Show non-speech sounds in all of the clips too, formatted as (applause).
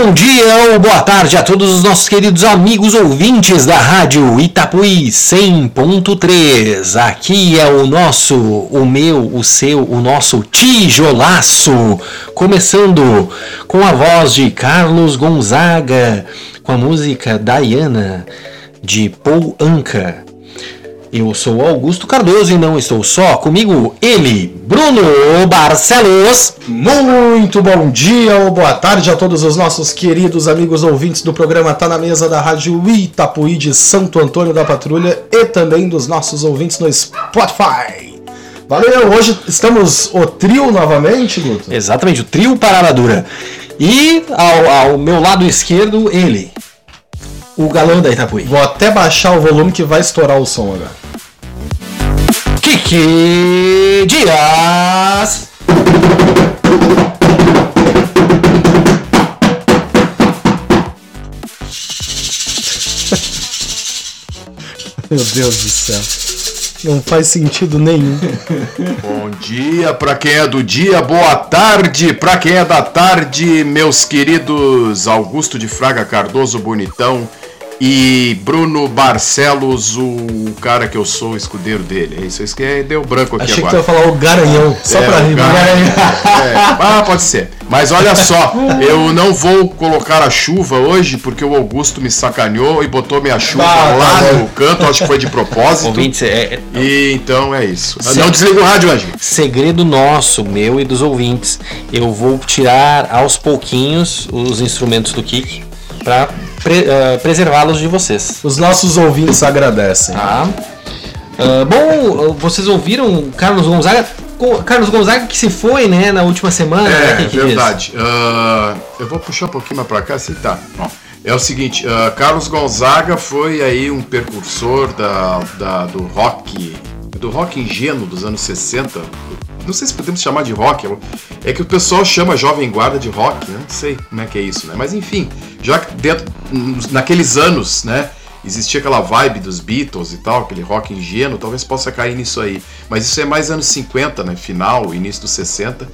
bom dia ou boa tarde a todos os nossos queridos amigos ouvintes da Rádio Itapuí 100.3. Aqui é o nosso, o meu, o seu, o nosso tijolaço. Começando com a voz de Carlos Gonzaga, com a música Diana, de Paul Anka. Eu sou Augusto Cardoso e não estou só. Comigo, ele, Bruno Barcelos. Muito bom dia ou boa tarde a todos os nossos queridos amigos ouvintes do programa Tá na Mesa da Rádio Itapuí de Santo Antônio da Patrulha e também dos nossos ouvintes no Spotify. Valeu, hoje estamos o trio novamente, Guto. Exatamente, o trio Parada Dura. E ao, ao meu lado esquerdo, ele, o galão da Itapuí. Vou até baixar o volume que vai estourar o som agora. Kiki Dias! Meu Deus do céu. Não faz sentido nenhum. Bom dia para quem é do dia, boa tarde para quem é da tarde, meus queridos Augusto de Fraga Cardoso Bonitão e Bruno Barcelos, o cara que eu sou o escudeiro dele. É isso, isso que é, deu branco (laughs) aqui Achei que tu agora. ia falar o garanhão, só É, pra o rir. né? cara- Garanhão. É, ah, pode ser. Mas olha só, eu não vou colocar a chuva hoje porque o Augusto me sacaneou e botou minha chuva Bah, lá tá bom. no canto, acho que foi de (laughs) propósito. Ouvintes, é, é E então é isso. Sim. Não desliga o rádio, Angie. segredo nosso, meu e dos ouvintes. Eu vou tirar aos pouquinhos os instrumentos do kick para eh, preservá-los de vocês. Os nossos ouvintes agradecem. Tá? Ah, bom, vocês ouviram o Carlos Gonzaga? Co- Carlos Gonzaga que se foi, né, na última semana, né, É, Kiki Dias? verdade. Ah, eu vou puxar um pouquinho mais pra cá, assim tá. Bom, é o seguinte, ah, Carlos Gonzaga foi aí um precursor da, da- do rock, do rock ingênuo dos anos 60. Não sei se podemos chamar de rock, é que o pessoal chama Jovem Guarda de rock, né? Não sei como é que é isso, né? Mas enfim, já que dentro, naqueles anos, né? Existia aquela vibe dos Beatles e tal, aquele rock ingênuo, talvez possa cair nisso aí. Mas isso é mais anos 50, né? Final, início dos 60.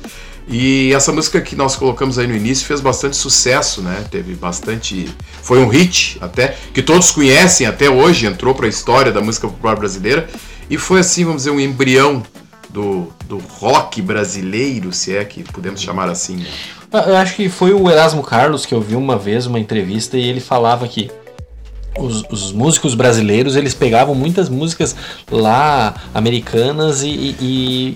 E essa música que nós colocamos aí no início fez bastante sucesso, né? Teve bastante. Foi um hit até, que todos conhecem até hoje, entrou para a história da música popular brasileira. E foi assim, vamos dizer, um embrião do, do rock brasileiro, se é que podemos chamar assim. né? Eu- Eu acho que foi o Erasmo Carlos que eu vi uma vez uma entrevista e ele falava que os, os músicos brasileiros eles pegavam muitas músicas lá americanas e, e-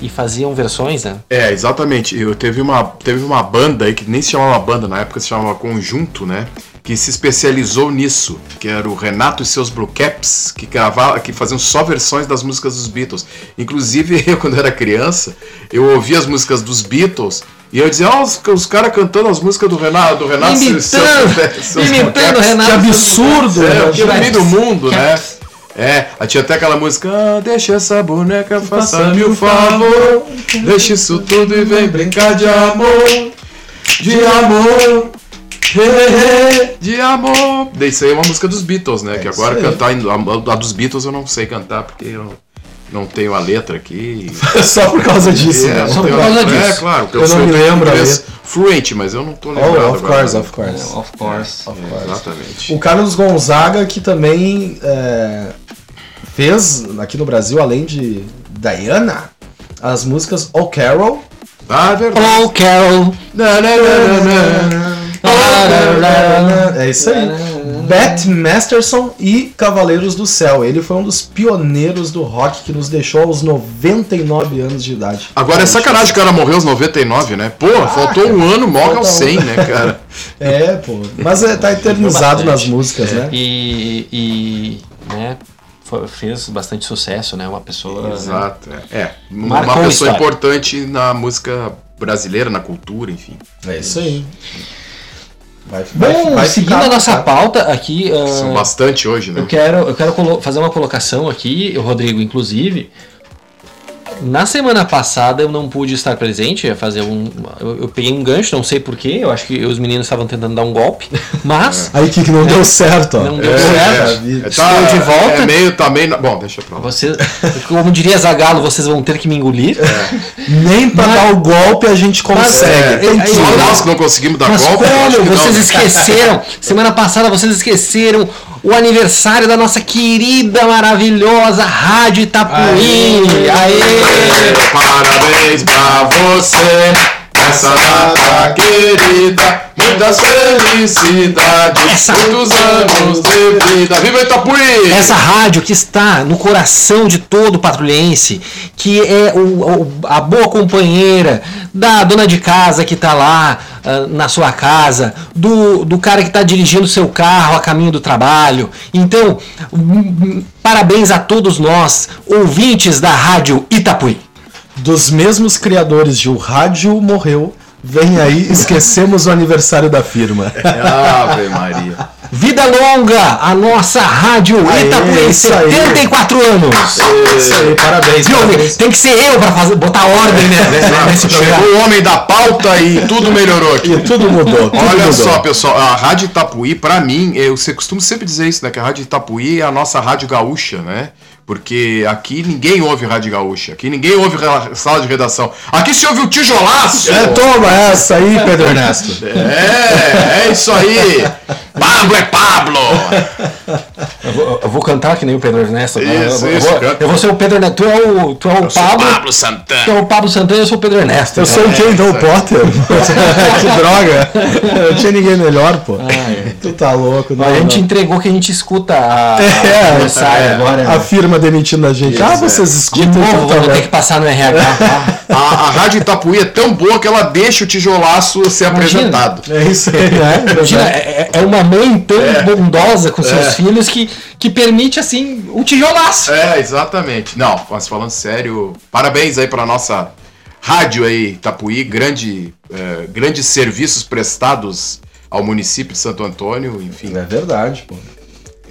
e- e faziam versões, né? É, exatamente. Eu teve uma, teve uma banda aí que nem se chamava banda, na época se chamava Conjunto, né? Que se especializou nisso, que era o Renato e seus Blue Caps, que gravava, que faziam só versões das músicas dos Beatles. Inclusive, (laughs) eu quando era criança, eu ouvia as músicas dos Beatles e eu dizia, ó, os, os caras cantando as músicas do Renato, do Renato e seus- Imitando, seus Blue imitando o Caps." (laughs) Renato. Que absurdo, É, né? o que no meio do mundo, né? Caps. É, aí tinha até aquela música, "Ah, deixa essa boneca, faça-me o favor, deixa isso tudo e vem brincar de amor, de amor, eh, eh, de amor. Daí Isso aí é uma música dos Beatles, né? que É isso agora aí. cantar em- a, a dos Beatles eu não sei cantar porque eu não tenho a letra aqui. Só por causa disso, É, né? não só por tenho a causa letra. É, disso. claro, porque Eu não sou me lembro a inglês letra. fluente, mas eu não tô lembrado Oh, of agora. course, of course. Of course. Of É, course. Exatamente. O Carlos Gonzaga, que também é, fez aqui no Brasil, além de Diana, as músicas O Carol. Ah, é verdade. Oh, Carol. Na, na, na, na, na. Ah, ah, É isso aí. Beth Masterson e Cavaleiros do Céu. Ele foi um dos pioneiros do rock que nos deixou aos 99 anos de idade. Agora é sacanagem, o cara morreu aos 99, né? Pô, Ah, faltou um ano, morre aos 100, né, (laughs) cara? É, pô. Mas é, tá eternizado nas músicas, né? ah. E, e, né, fo- fez bastante sucesso, né? Uma pessoa. Exato. É, é uma Marcou pessoa história. importante na música brasileira, na cultura, enfim. É isso aí. Vai, Bom, seguindo ficar- a nossa pauta aqui. ah, São bastante hoje, Eu né? quero, eu quero colo- fazer uma colocação aqui, o Rodrigo, inclusive, Na semana passada eu não pude estar presente, ia fazer um. Eu, eu peguei um gancho, não sei porquê, eu acho que os meninos estavam tentando dar um (laughs) golpe, mas Aí, Kiki, não deu certo, ó. não deu certo. é, Estou de volta. É meio também. na- Bom, deixa pra lá. Vocês, como diria Zagalo, vocês vão ter que me engolir. É. Nem pra Mas- dar o golpe a gente consegue. É, Tem é, que- é, Só nós que não conseguimos dar Mas golpe. eu acho como? que não, Vocês né? (laughs) esqueceram. Semana passada vocês esqueceram o aniversário da nossa querida, maravilhosa Rádio Itapuí. Aê! É, Parabéns pra você nessa data querida. Muitas felicidades, Essa- muitos anos de vida. Viva Itapuí! Essa rádio que está no coração de todo patrulhense, que é o- o- a boa companheira da dona de casa que está lá ah, na sua casa, do, do cara que está dirigindo seu carro a caminho do trabalho. Então, hum, hum, parabéns a todos nós, ouvintes da Rádio Itapuí. Dos mesmos criadores de O Rádio Morreu, vem aí, esquecemos o aniversário da firma. É. Ave Maria. Vida longa, a nossa Rádio Aê, Itapuí, isso aí. 74 anos. Isso aí, parabéns. Viu, parabéns. tem que ser eu para botar ordem né, nesse programa. Chegou o homem da pauta e tudo melhorou aqui. E tudo mudou. tudo Olha mudou. só, pessoal, a Rádio Itapuí, pra mim, eu se- costumo sempre dizer isso, né? Que a Rádio Itapuí é a nossa Rádio Gaúcha, né? Porque aqui ninguém ouve Rádio Gaúcha, aqui ninguém ouve rela- sala de redação. Aqui se ouve o tijolaço! É, toma essa aí, Pedro Ernesto. É, é isso aí! Pablo é Pablo! Eu vou cantar que nem o Pedro Ernesto. agora. Isso, eu, isso, vou, canta. eu vou ser o Pedro Ernesto. Tu é o, tu é o Sou Pablo. Pablo Santana! Tu é o Pablo Santana eu sou o Pedro Ernesto. Eu então. sou o Kendall Potter. É, (laughs) que droga. Eu tinha ninguém melhor, pô. Tu tá louco, não. Ah, é. A gente não. entregou que a gente escuta a, (laughs) É, a mensagem é. agora. né? é. A firma demitindo a gente. ah, Isso, vocês De escutam novo, né? então vou tá ter bem. que passar no RH. (laughs) tá? A, a Rádio Itapuí é tão boa que ela deixa o tijolaço ser apresentado. É (laughs) isso aí, né? Imagina, é, é uma mãe tão bondosa com seus filhos que, que permite, assim, o tijolaço. É, exatamente. Não, mas falando sério, parabéns aí pra nossa rádio aí, Itapuí, grande, eh, grandes serviços prestados ao município de Santo Antônio, enfim. É verdade, pô.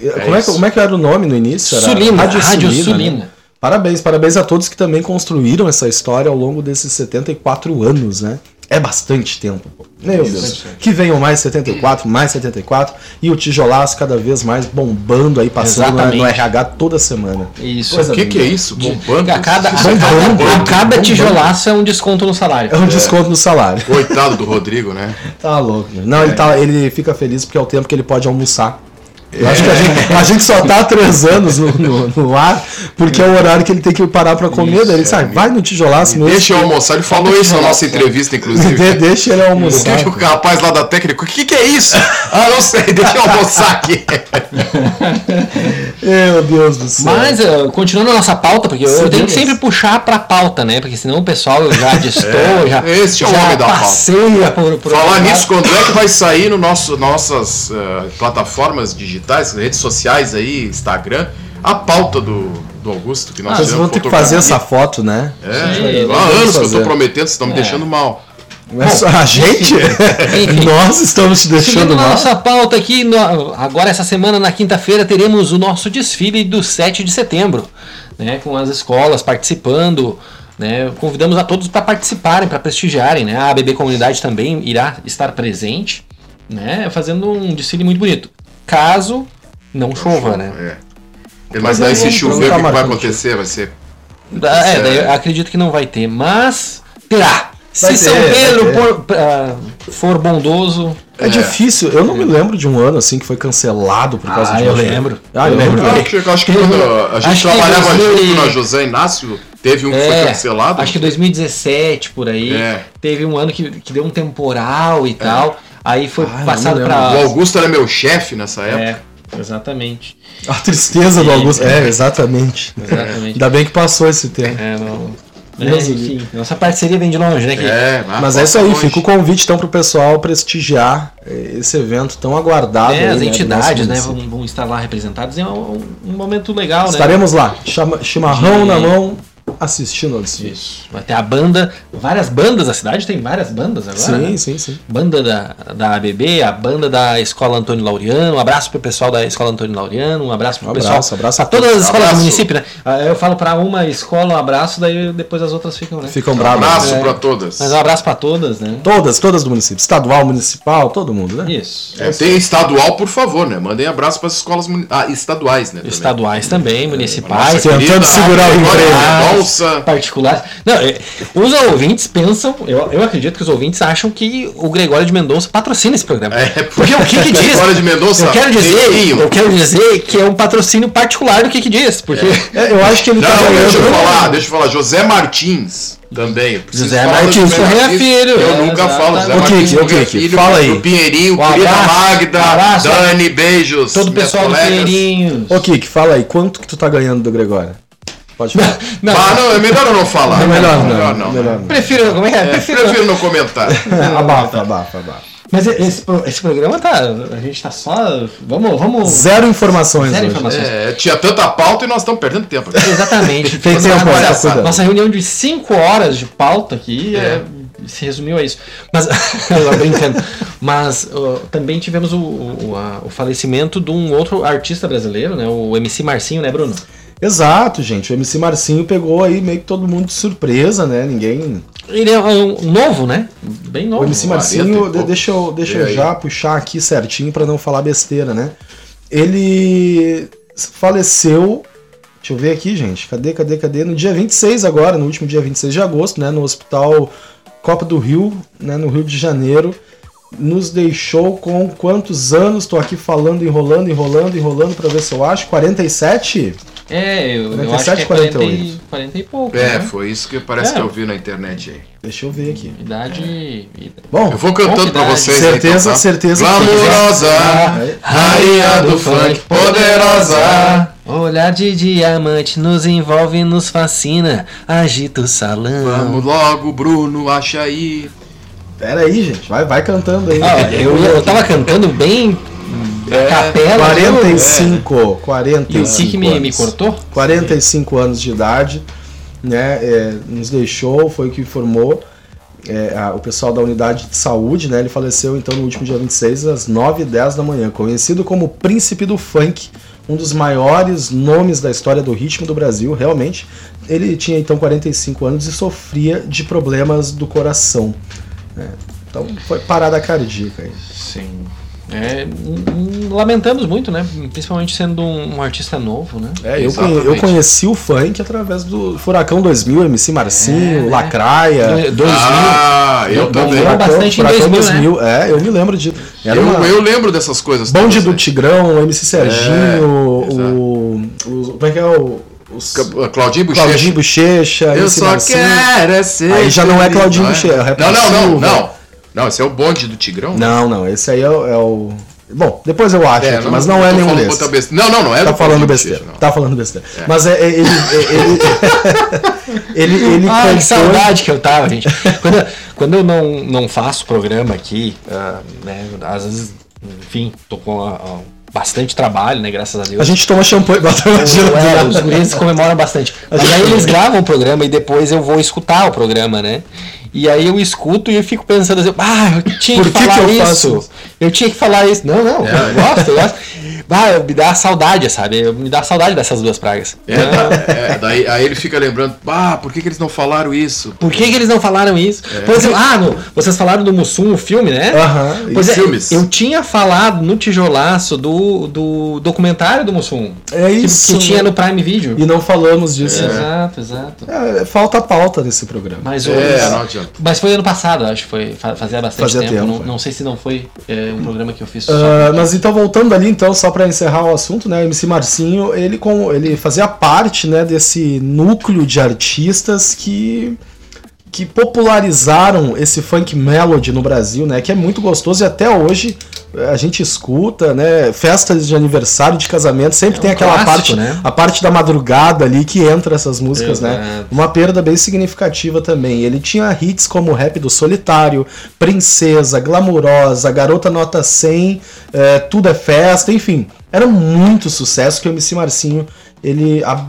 como, é que, isso. como é que era o nome no início? Era Sulina, Rádio né? Sulina. Parabéns, parabéns a todos que também construíram essa história ao longo desses 74 anos, né? É bastante tempo, pô. Meu Deus. Que venham mais 74, mais 74 e o tijolaço cada vez mais bombando aí, passando na- no Exatamente. RH toda semana. Isso. Coisa O que, que é linda. isso? Bombando? A cada, a, Bombando, cada- a cada bombando. tijolaço é um desconto no salário. É um desconto no salário. Coitado do Rodrigo, né? Tá louco. meu. Não, ele, tá, ele fica feliz porque é o tempo que ele pode almoçar. Eu acho que a gente, a gente só tá há três anos no, no- no ar, porque é o horário que ele tem que parar pra comer. daí ele sai, vai no tijolaço mesmo. Deixa eu almoçar. Ele falou isso na nossa entrevista, De- inclusive. (laughs) deixa ele O almoçar. que que o rapaz lá da técnica, o que, que é isso? Ah, não sei, deixa eu almoçar aqui. Meu Deus do céu. Mas, eh, continuando a nossa pauta, porque eu- eu Sim, tenho Deus. que sempre puxar pra pauta, né? Porque senão o pessoal eu (laughs) já distou, já, este é o já homem da pauta. passeia por, né? por Falar nisso, quando é que vai sair no nosso nossas eh, plataformas digitais, né, redes sociais aí, Instagram, a pauta do, do Augusto que nós Ah, Vocês vão fizemos ter que fazer essa fotografia. foto, né? É, Sim, há anos que eu fazer. tô prometendo, vocês estão me deixando mal. Não é só (laughs) a gente? Enfim. Nós estamos te deixando Seguindo na mal. nossa pauta aqui, no- agora essa semana, na quinta-feira, teremos o nosso desfile do 7 de setembro, né? Com as escolas participando, né? Convidamos a todos para participarem, para prestigiarem, né? A ABB Comunidade também irá estar presente, né? Fazendo um desfile muito bonito. Caso não chova, né? É. Mas daí eu se vou chover, o que que vai perguntar, Marquinhos. acontecer? Vai ser. Da- é, Tá Certo. daí eu acredito que não vai ter, mas terá. Se Vai São ter, Pedro vai por- ah, for bondoso. É, difícil. Eu não me lembro de um ano assim que foi cancelado por causa Ah, de eu uma- lembro. Ah, eu Eu lembro. lembro. Eu acho, que- eu acho que quando a gente Acho que em trabalhava 2000 junto na José Inácio, teve um que É, foi cancelado. Acho que 2017 por aí. É. Teve um ano que, que deu um temporal e tal. Aí foi É. Ah, passado não O pra. Augusto era meu chefe nessa época. É, exatamente. A tristeza do E- Augusto. É, exatamente. Exatamente. Ainda bem que passou esse tempo. É, não- Deus É, o enfim, nossa parceria vem de longe, né? Kiki? mas, Mas é isso aí, longe. fica o convite então pro pessoal prestigiar eh, esse evento tão aguardado. É, aí, as do entidades nosso né, município. vão, vão estar lá representadas. É um, um momento legal, né? Estaremos lá, chama- chimarrão De- na mão, assistindo antes disso. Isso. Vai ter a banda, várias bandas, a cidade tem várias bandas agora. né? Sim, sim, sim. Banda da, da ABB, a banda da Escola Antônio Laureano. Um abraço pro pessoal da Escola Antônio Laureano. Um abraço pro Um pessoal. abraço, abraço a Todas as todos. escolas do Abraço. município, né? Ah, Eu falo pra uma escola, um abraço, daí depois as outras ficam, né? Ficam Um bravos. abraço né? pra todas. Mas um abraço pra todas, né? Todas, todas do município. Estadual, municipal, todo mundo, né? Isso. É, tem estadual, por favor, né? Mandem abraço para as escolas muni- ah, estaduais, né? também. Estaduais também, Nossa, municipais, Nossa, tentando querida segurar o Glória emprego. Mendonça. particulares. Não, é, os ouvintes pensam, eu, eu acredito que os ouvintes acham que o Gregório de Mendonça patrocina esse programa. É, Porque o (laughs) que, que diz? Glória de Mendonça, eu quero dizer, dedinho. eu quero dizer que é um patrocínio particular do que que diz, porque É, Eu acho que ele Não, tá deixa eu ganhando. falar, deixa eu falar. José Martins também. eu preciso José falar do Martins Correia Martins. Filho, Eu é, nunca exato. falo. José Ô, Martins Kiki, ô, Correia Kiki, Filho, fala aí. do Pinheirinho, Um querida abraço, Magda, um abraço, Dani, beijos. todo o minhas pessoal do colegas. Pinheirinhos. Ô, Kik, fala aí, quanto que tu tá ganhando do Gregório? Pode falar. Não, Ah, não, é melhor eu (laughs) não falar. É melhor não. Melhor não. Melhor não. prefiro, como é? que é? É, prefiro. prefiro não (laughs) comentar. abafa, abafa, abafa. Mas esse, pro- esse programa tá, a gente tá só, vamos, vamos Zero informações Zero hoje. informações. É, tinha tanta pauta e nós estamos perdendo tempo aqui. Exatamente. Tem tempo, Nossa- tá cuidando. Nossa reunião de 5 horas de pauta aqui é, se resumiu a isso. Mas, (laughs) eu tô brincando. Mas ó, também tivemos o, o, a- o falecimento de um outro artista brasileiro, né? O MC Marcinho, né, Bruno? Exato, gente. O MC Marcinho pegou aí meio que todo mundo de surpresa, né? Ninguém. Ele é um novo, né? Bem novo. O MC Quarenta e Marcinho, de- ah, poucos. deixa eu, deixa E eu aí? já puxar aqui certinho pra não falar besteira, né? Ele faleceu. Deixa eu ver aqui, gente. Cadê, cadê, cadê? No dia 26 agora, no último dia 26 de agosto, né? No hospital Copa do Rio, né? No Rio de Janeiro. Nos deixou com quantos anos? Tô aqui falando, enrolando, enrolando, enrolando pra ver se eu acho. 47? É, eu, eu acho que é 47, 40 e, 48. 40 e pouco. É, Uhum. né? foi isso que parece É. que eu vi na internet aí. Deixa eu ver aqui. Idade. idade. Bom, Eu vou cantando pra Quantidade. vocês Certeza, aí, então, tá? certeza que Glamurosa, Ah, rainha do funk, poderosa. Olhar de diamante nos envolve e nos fascina. Agita o salão. Vamos logo, Bruno, acha aí. Pera aí, gente. Vai, vai cantando aí. Ah, eu, eu tava cantando bem É, capela. né? 45, é. E 45. o que, que me, me anos. cortou? 45 anos de idade, né? é, nos deixou, foi o que formou é, a- o pessoal da unidade de saúde, né? Ele faleceu então no último dia 26, às 9h10 da manhã, conhecido como Príncipe do Funk. Um dos maiores nomes da história do ritmo do Brasil, realmente. Ele tinha então 45 anos e sofria de problemas do coração. né. Então foi parada cardíaca aí. Sim. É, hum, hum, lamentamos muito, né? Principalmente sendo um, um artista novo, né? É, eu, Exatamente. conhe- eu conheci o funk através do Furacão 2000, MC Marcinho, É, né? Lacraia. É. Do- dois Ah, eu Bom, também. bom, bastante em né? 2000, É, eu me lembro de. Era Eu, uma... eu lembro dessas coisas. Bonde todas, do né? Tigrão, MC Serginho, É, exato. o, o- Como é que é o. Os... Ca- uh, Claudinho Bochecha. Claudinho Bochecha, assim. Eu MC só Marcinho. quero é ser. Aí já não é Claudinho Não, Bochecha, é o Rap Não, não, não, Silva. não. Não, esse é o bonde do Tigrão? Não, não, esse aí é, o- é o. Bom, depois eu acho, aqui, mas não eu é tô nenhum falando desses. outra besteira. Não, não, não é tá falando do Claudinho besteira. Bochecha, não. Tá falando besteira. Mas é, é- ele. é- ele, (laughs) ele, ele Ah, que cantou- saudade que eu tava, gente. Quando, eu- quando eu não, não faço programa aqui, ah, né, às vezes, enfim, tô com ah, ah, bastante trabalho, né, graças a Deus. A gente toma champanhe, bota uma Os- é, os geladeira. guris comemoram bastante. Mas aí eles gravam o programa e depois eu vou escutar o programa, né? E aí eu escuto e eu fico pensando assim, ah, eu tinha Por que, que que falar eu isso. faço isso?" Eu tinha que falar isso. Não, não, É. eu gosto, eu gosto. Ah, eu- me dá saudade, sabe? Eu- Me dá saudade dessas duas pragas. É, é, é, daí aí ele fica lembrando, ah, por que, que eles não falaram isso? Por que, que eles não falaram isso? É. Por exemplo, ah, no- vocês falaram do Mussum, o filme, né? Aham. Pois Ah, e é, filmes? eu tinha falado no tijolaço do, do documentário do Mussum, É que, isso. que tinha né? no Prime Video. E não falamos É. disso. né? Exato, exato. É, falta pauta nesse programa. Mas, É, o- não adianta. mas foi ano passado, acho que foi. fa- Fazia bastante Fazia tempo. tempo, não, foi. não sei se não foi é, um programa que eu fiz. Ah, mas então voltando ali então só pra encerrar o assunto, né? O MC Marcinho, ele com ele fazia parte, né, desse núcleo de artistas que que popularizaram esse funk melody no Brasil, né? Que é muito gostoso e até hoje eh, a gente escuta, né? Festas de aniversário, de casamento, sempre É um tem aquela clássico, parte, né? É a parte da madrugada ali que entra essas músicas, né? Exato. Uma perda bem significativa também. Ele tinha hits como Rap do Solitário, Princesa, Glamurosa, Garota Nota 100, eh, Tudo é Festa, enfim. Era muito sucesso que o MC Marcinho ele ab-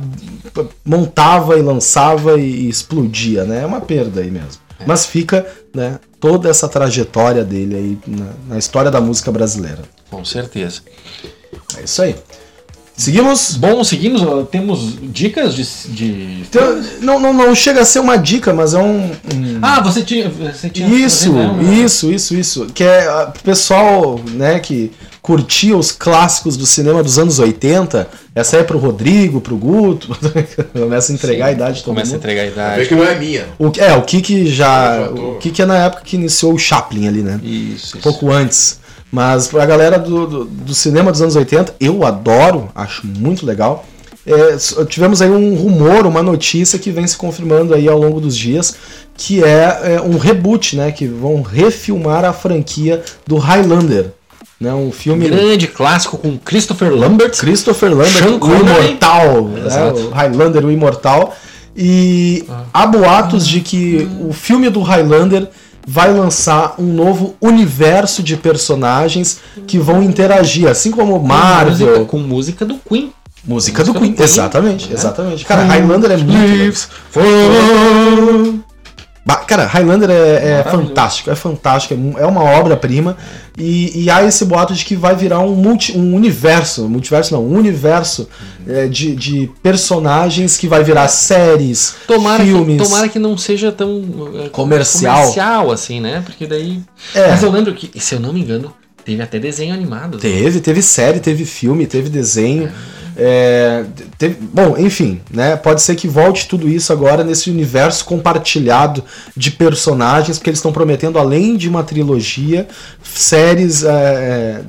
montava e lançava e, e explodia, né? É uma perda aí mesmo. Mas fica né, toda essa trajetória dele aí na, na história da música brasileira. Com certeza. É isso aí. Seguimos? Bom, seguimos, ó, temos dicas de. de- Então, não, não, não chega a ser uma dica, mas é um- um Ah, você tinha. Você tinha né? Isso, você lembra? isso, isso, isso. Que é ah, o pessoal, né, que curtia os clássicos do cinema dos anos 80. Essa aí é pro Rodrigo, pro Guto. (laughs) Começa a entregar a idade de todo Começa a mundo. entregar a Vê idade. que não é minha. O, que- é, o Kiki Eu já. já tô. O Kiki é na época que iniciou o Chaplin ali, né? Isso, Um isso. pouco antes. Mas pra galera do, do, do cinema dos anos 80, eu adoro, acho muito legal. É, s- tivemos aí um rumor, uma notícia que vem se confirmando aí ao longo dos dias, que é, é, um reboot, né? Que vão refilmar a franquia do Highlander. Né, um Um filme grande clássico com Christopher Lambert. Christopher Lambert, Sean o Connery. imortal, né, Exato. Ah. o Highlander, o imortal. E há boatos de que o filme do Highlander vai lançar um novo universo de personagens que vão interagir, assim como com música- Marvel, Com música do Queen. música, do música Queen. do Queen, Exatamente, né? exatamente. Cara, Highlander é muito. legal. Ba- Cara, Highlander é, é Maravilhoso. fantástico, é fantástico, é mu- é uma obra-prima. E, e há esse boato de que vai virar um, multi, um universo, multiverso não, um universo é, de, de personagens que vai virar séries, Tomara que, filmes. tomara que não seja tão eh, Comercial. comercial assim, né? Porque daí. É. Mas eu lembro que, se eu não me engano, teve até desenho animado. Teve, teve série, teve filme, teve desenho. é, teve- bom, enfim, né? Pode ser que volte tudo isso agora nesse universo compartilhado de personagens, porque eles estão prometendo, além de uma trilogia, séries é,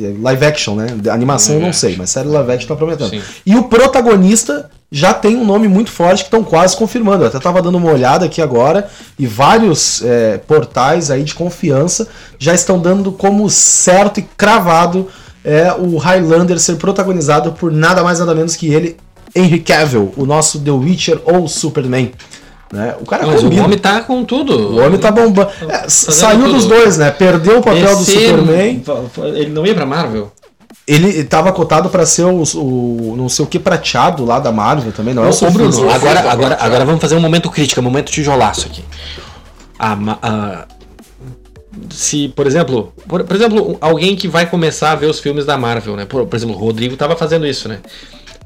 é, live action, né? De Animação eu não Live sei, mas série live action tá prometendo. Sim. E o protagonista já tem um nome muito forte que estão quase confirmando. Eu até tava dando uma olhada aqui agora e vários é, portais aí de confiança já estão dando como certo e cravado é, o Highlander ser protagonizado por nada mais nada menos que ele, Henry Cavill, o nosso The Witcher ou Superman. Né? O cara Mas o combina. homem tá com tudo. O homem tá bombando. É, s- saiu tudo. dos dois, né? Perdeu o papel DC, do Superman. Ele não ia pra Marvel? Ele tava cotado pra ser o, o não sei o que prateado lá da Marvel também, não é? Ô, o ô, Sulfur Bruno, Azul. agora, agora, agora vamos fazer um momento crítico, um momento tijolaço aqui. A ma- a- se, por exemplo, por, por exemplo, um- alguém que vai começar a ver os filmes da Marvel, né? Por, por exemplo, o Rodrigo tava fazendo isso, né?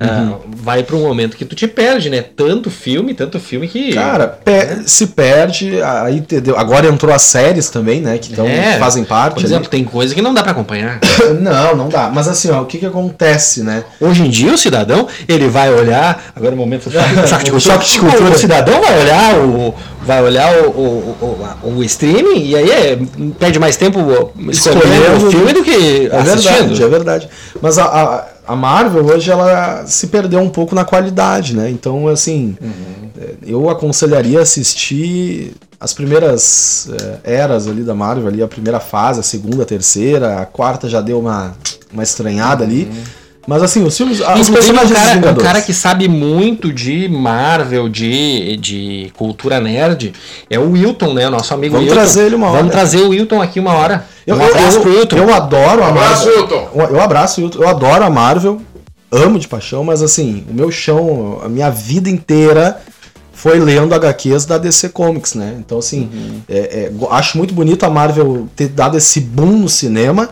Ah, vai pra um momento que tu te perde, né? Tanto filme, tanto filme que. Cara, É. pe- se perde, aí entendeu? Agora entrou as séries também, né? Que tão, É, fazem por parte. ali. exemplo, tem coisa que não dá pra acompanhar. (coughs) Não, não dá. Mas assim, ó, o que que acontece, né? Hoje em dia, o cidadão, ele vai olhar. Agora é o momento do (laughs) choque de cultura. Choque de cultura. O cidadão vai olhar o, vai olhar o, o, o- a- o streaming e aí é, perde mais tempo escolhendo, Escolhendo. o filme do que É verdade, é assistindo. verdade. Mas a, a, a Marvel hoje ela se perdeu um pouco na qualidade, né? Então, assim, Uhum. é, eu aconselharia assistir as primeiras é, eras ali da Marvel, ali, a primeira fase, a segunda, a terceira, a quarta já deu uma, uma estranhada ali. Uhum. Mas assim, os filmes. ah, os Inclusive, um personagens dos cara, um Vingadores. cara que sabe muito de Marvel, de, de cultura nerd, é o Wilton, né? Nosso amigo Vamos Wilton. trazer ele uma hora. Vamos trazer o Wilton aqui uma hora. Eu, um eu- abraço eu- pro Wilton. eu adoro a Um Abraço, Marvel. Wilton. Eu abraço o Wilton. Eu adoro a Marvel. Amo de paixão, mas assim, o meu chão, a minha vida inteira foi lendo HQs da DC Comics, né? Então, assim, é- é, go- acho muito bonito a Marvel ter dado esse boom no cinema.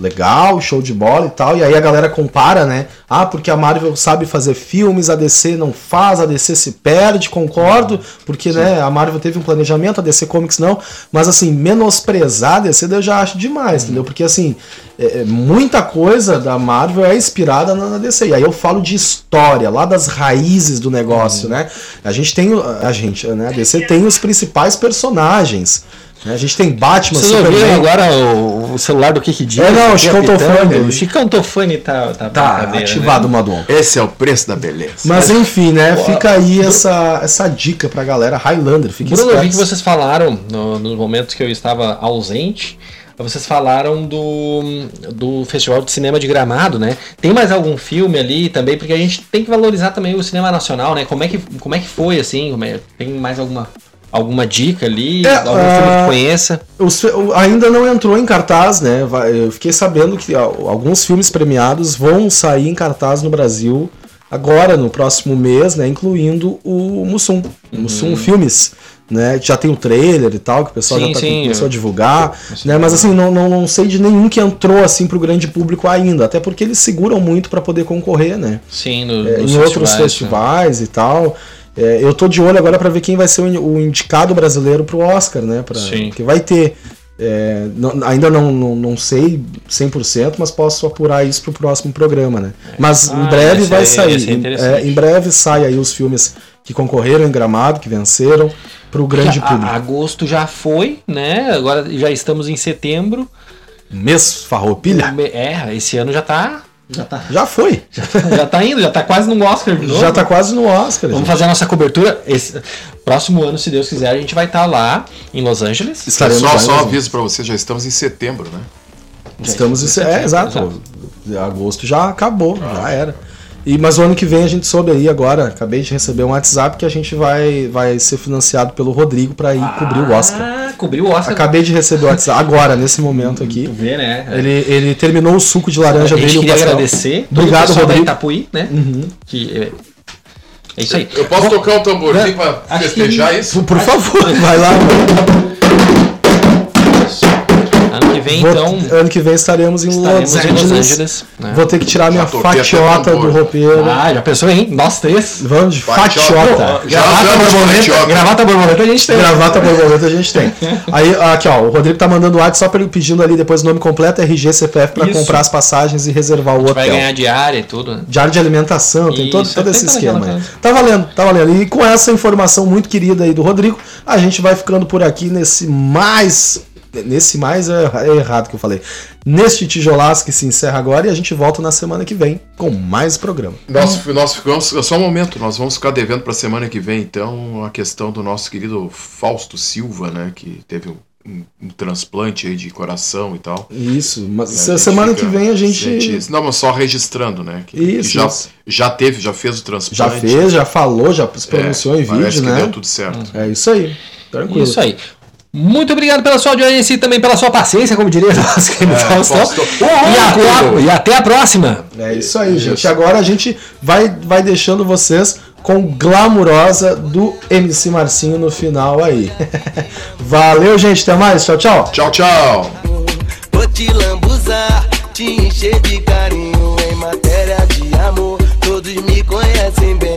Legal, show de bola e tal. E aí a galera compara, né? Ah, porque a Marvel sabe fazer filmes, a DC não faz, a DC se perde, concordo, porque né, a Marvel teve um planejamento, a DC Comics não. Mas assim, menosprezar a DC eu já acho demais, Uhum. entendeu? Porque assim, é, é, muita coisa da Marvel é inspirada na, na DC. E aí eu falo de história, lá das raízes do negócio, Uhum. né? A gente tem. o- A gente, né? A DC tem os principais personagens. né? A gente tem Batman, Vocês ouviram Superman. agora o, o celular do Kiki Dias? É, não, o Kiki Chicão apitando. Tofani. O Chicão Tofani tá, tá, Tá, brincadeira, né? ativado o Madon. Esse é o preço da beleza. Mas enfim, né? Boa. Fica aí essa, essa dica pra galera. Highlander, fica Bruno, eu vi que esperto. vocês falaram, no- nos momentos que eu estava ausente, vocês falaram do, do Festival de Cinema de Gramado, né? Tem mais algum filme ali também? Porque a gente tem que valorizar também o cinema nacional, né? Como é que, como é que foi, assim? Como é- tem mais alguma, alguma dica ali? É, algum ah, filme que conheça? Os fi- o- ainda não entrou em cartaz, né? Vai- Eu fiquei sabendo que ó, alguns filmes premiados vão sair em cartaz no Brasil agora, no próximo mês, né? Incluindo o Mussum. Mussum Filmes. Né, já tem o trailer e tal, que o pessoal Uhum. Sim, já tá, sim, começou eu- a divulgar. eu sei né, mas assim, não, não, não sei de nenhum que entrou assim pro grande público ainda. Até porque eles seguram muito para poder concorrer, né? Sim, no, É, nos em outros né? festivais e tal. É, eu tô de olho agora pra ver quem vai ser o in- o indicado brasileiro pro Oscar, né? Pra, Sim. Que vai ter. É, não- ainda não, não, não sei 100%, mas posso apurar isso pro próximo programa, né? Mas Ah, em breve esse vai aí- sair. esse é Em- interessante. é, em breve sai aí os filmes que concorreram em Gramado, que venceram, pro grande A- a- público. agosto já foi, né? Agora já estamos em setembro. Mês farroupilha? É, esse ano já tá. Já tá. Já foi. já tá indo, já tá quase no Oscar de novo. Já tá quase no Oscar. Vamos gente. fazer a nossa cobertura. Esse, próximo ano, se Deus quiser, a gente vai estar lá em Los Angeles. Estaremos só, lá, só né? aviso pra vocês, já estamos em setembro, né? Estamos em. É, exato. Agosto já acabou, já era. E, mas o ano que vem a gente soube aí agora, acabei de receber um WhatsApp que a gente vai, vai ser financiado pelo Rodrigo pra ir cobrir o Oscar. Ah, cobriu o Oscar. Acabei de receber o WhatsApp agora, nesse momento Tu aqui. vê, né? Ele, ele terminou o suco de laranja a dele gente e o queria Pascal. agradecer. todo Obrigado, o pessoal Rodrigo. Uhum. da Itapuí, né? Que, é, é isso aí. Eu posso Vamos- tocar o né, tamborzinho pra Acho que- festejar isso? Por, por favor, vai lá. Ano que vem, Vou- então, ano que vem estaremos em estaremos Los em Los Angeles. Angeles. né? Vou ter que tirar minha toquei até fatiota tambor. do roupeiro. Ah, já pensou, hein? Nós três. Vamos de fatiota. Já usamos fatiota. Gravata borboleta a gente tem. (laughs) Gravata borboleta a gente tem. Aí, aqui, ó, o Rodrigo tá mandando o WhatsApp só pra ele pedindo ali depois o nome completo, RG, CPF, pra Isso. comprar as passagens e reservar o Vai hotel. ganhar diária e tudo, né? Diário de alimentação, tem todo, Isso, todo tem esse toda esquema. aquela aí. coisa. Tá valendo, tá valendo. E com essa informação muito querida aí do Rodrigo, a gente vai ficando por aqui nesse mais. Nesse mais é é errado que eu falei. Neste tijolaço que se encerra agora e a gente volta na semana que vem com mais programa. Nós, nós ficamos. Só um momento, nós vamos ficar devendo pra semana que vem, então, a questão do nosso querido Fausto Silva, né? Que teve um, um- um transplante aí de coração e tal. Isso, mas A Né, gente semana fica que vem a gente. cientista. Não, mas só registrando, né? Que, Isso, que já, isso. já teve, já fez o Já transplante. É, fez, já falou, já se pronunciou em Parece vídeo, que né? deu tudo certo. É isso aí. Tranquilo. Isso aí. Muito obrigado pela sua audiência e também pela sua paciência, como diria (laughs) nosso querido É, Faustão. Faustão. E até, a, e até a próxima. É isso aí, Isso. gente. Agora a gente vai, vai deixando vocês com glamurosa do MC Marcinho no final aí. (laughs) Valeu, gente. Até mais. Tchau, tchau. Tchau, tchau! Vou te lambuzar, te encher de carinho em matéria de amor. Todos me conhecem bem.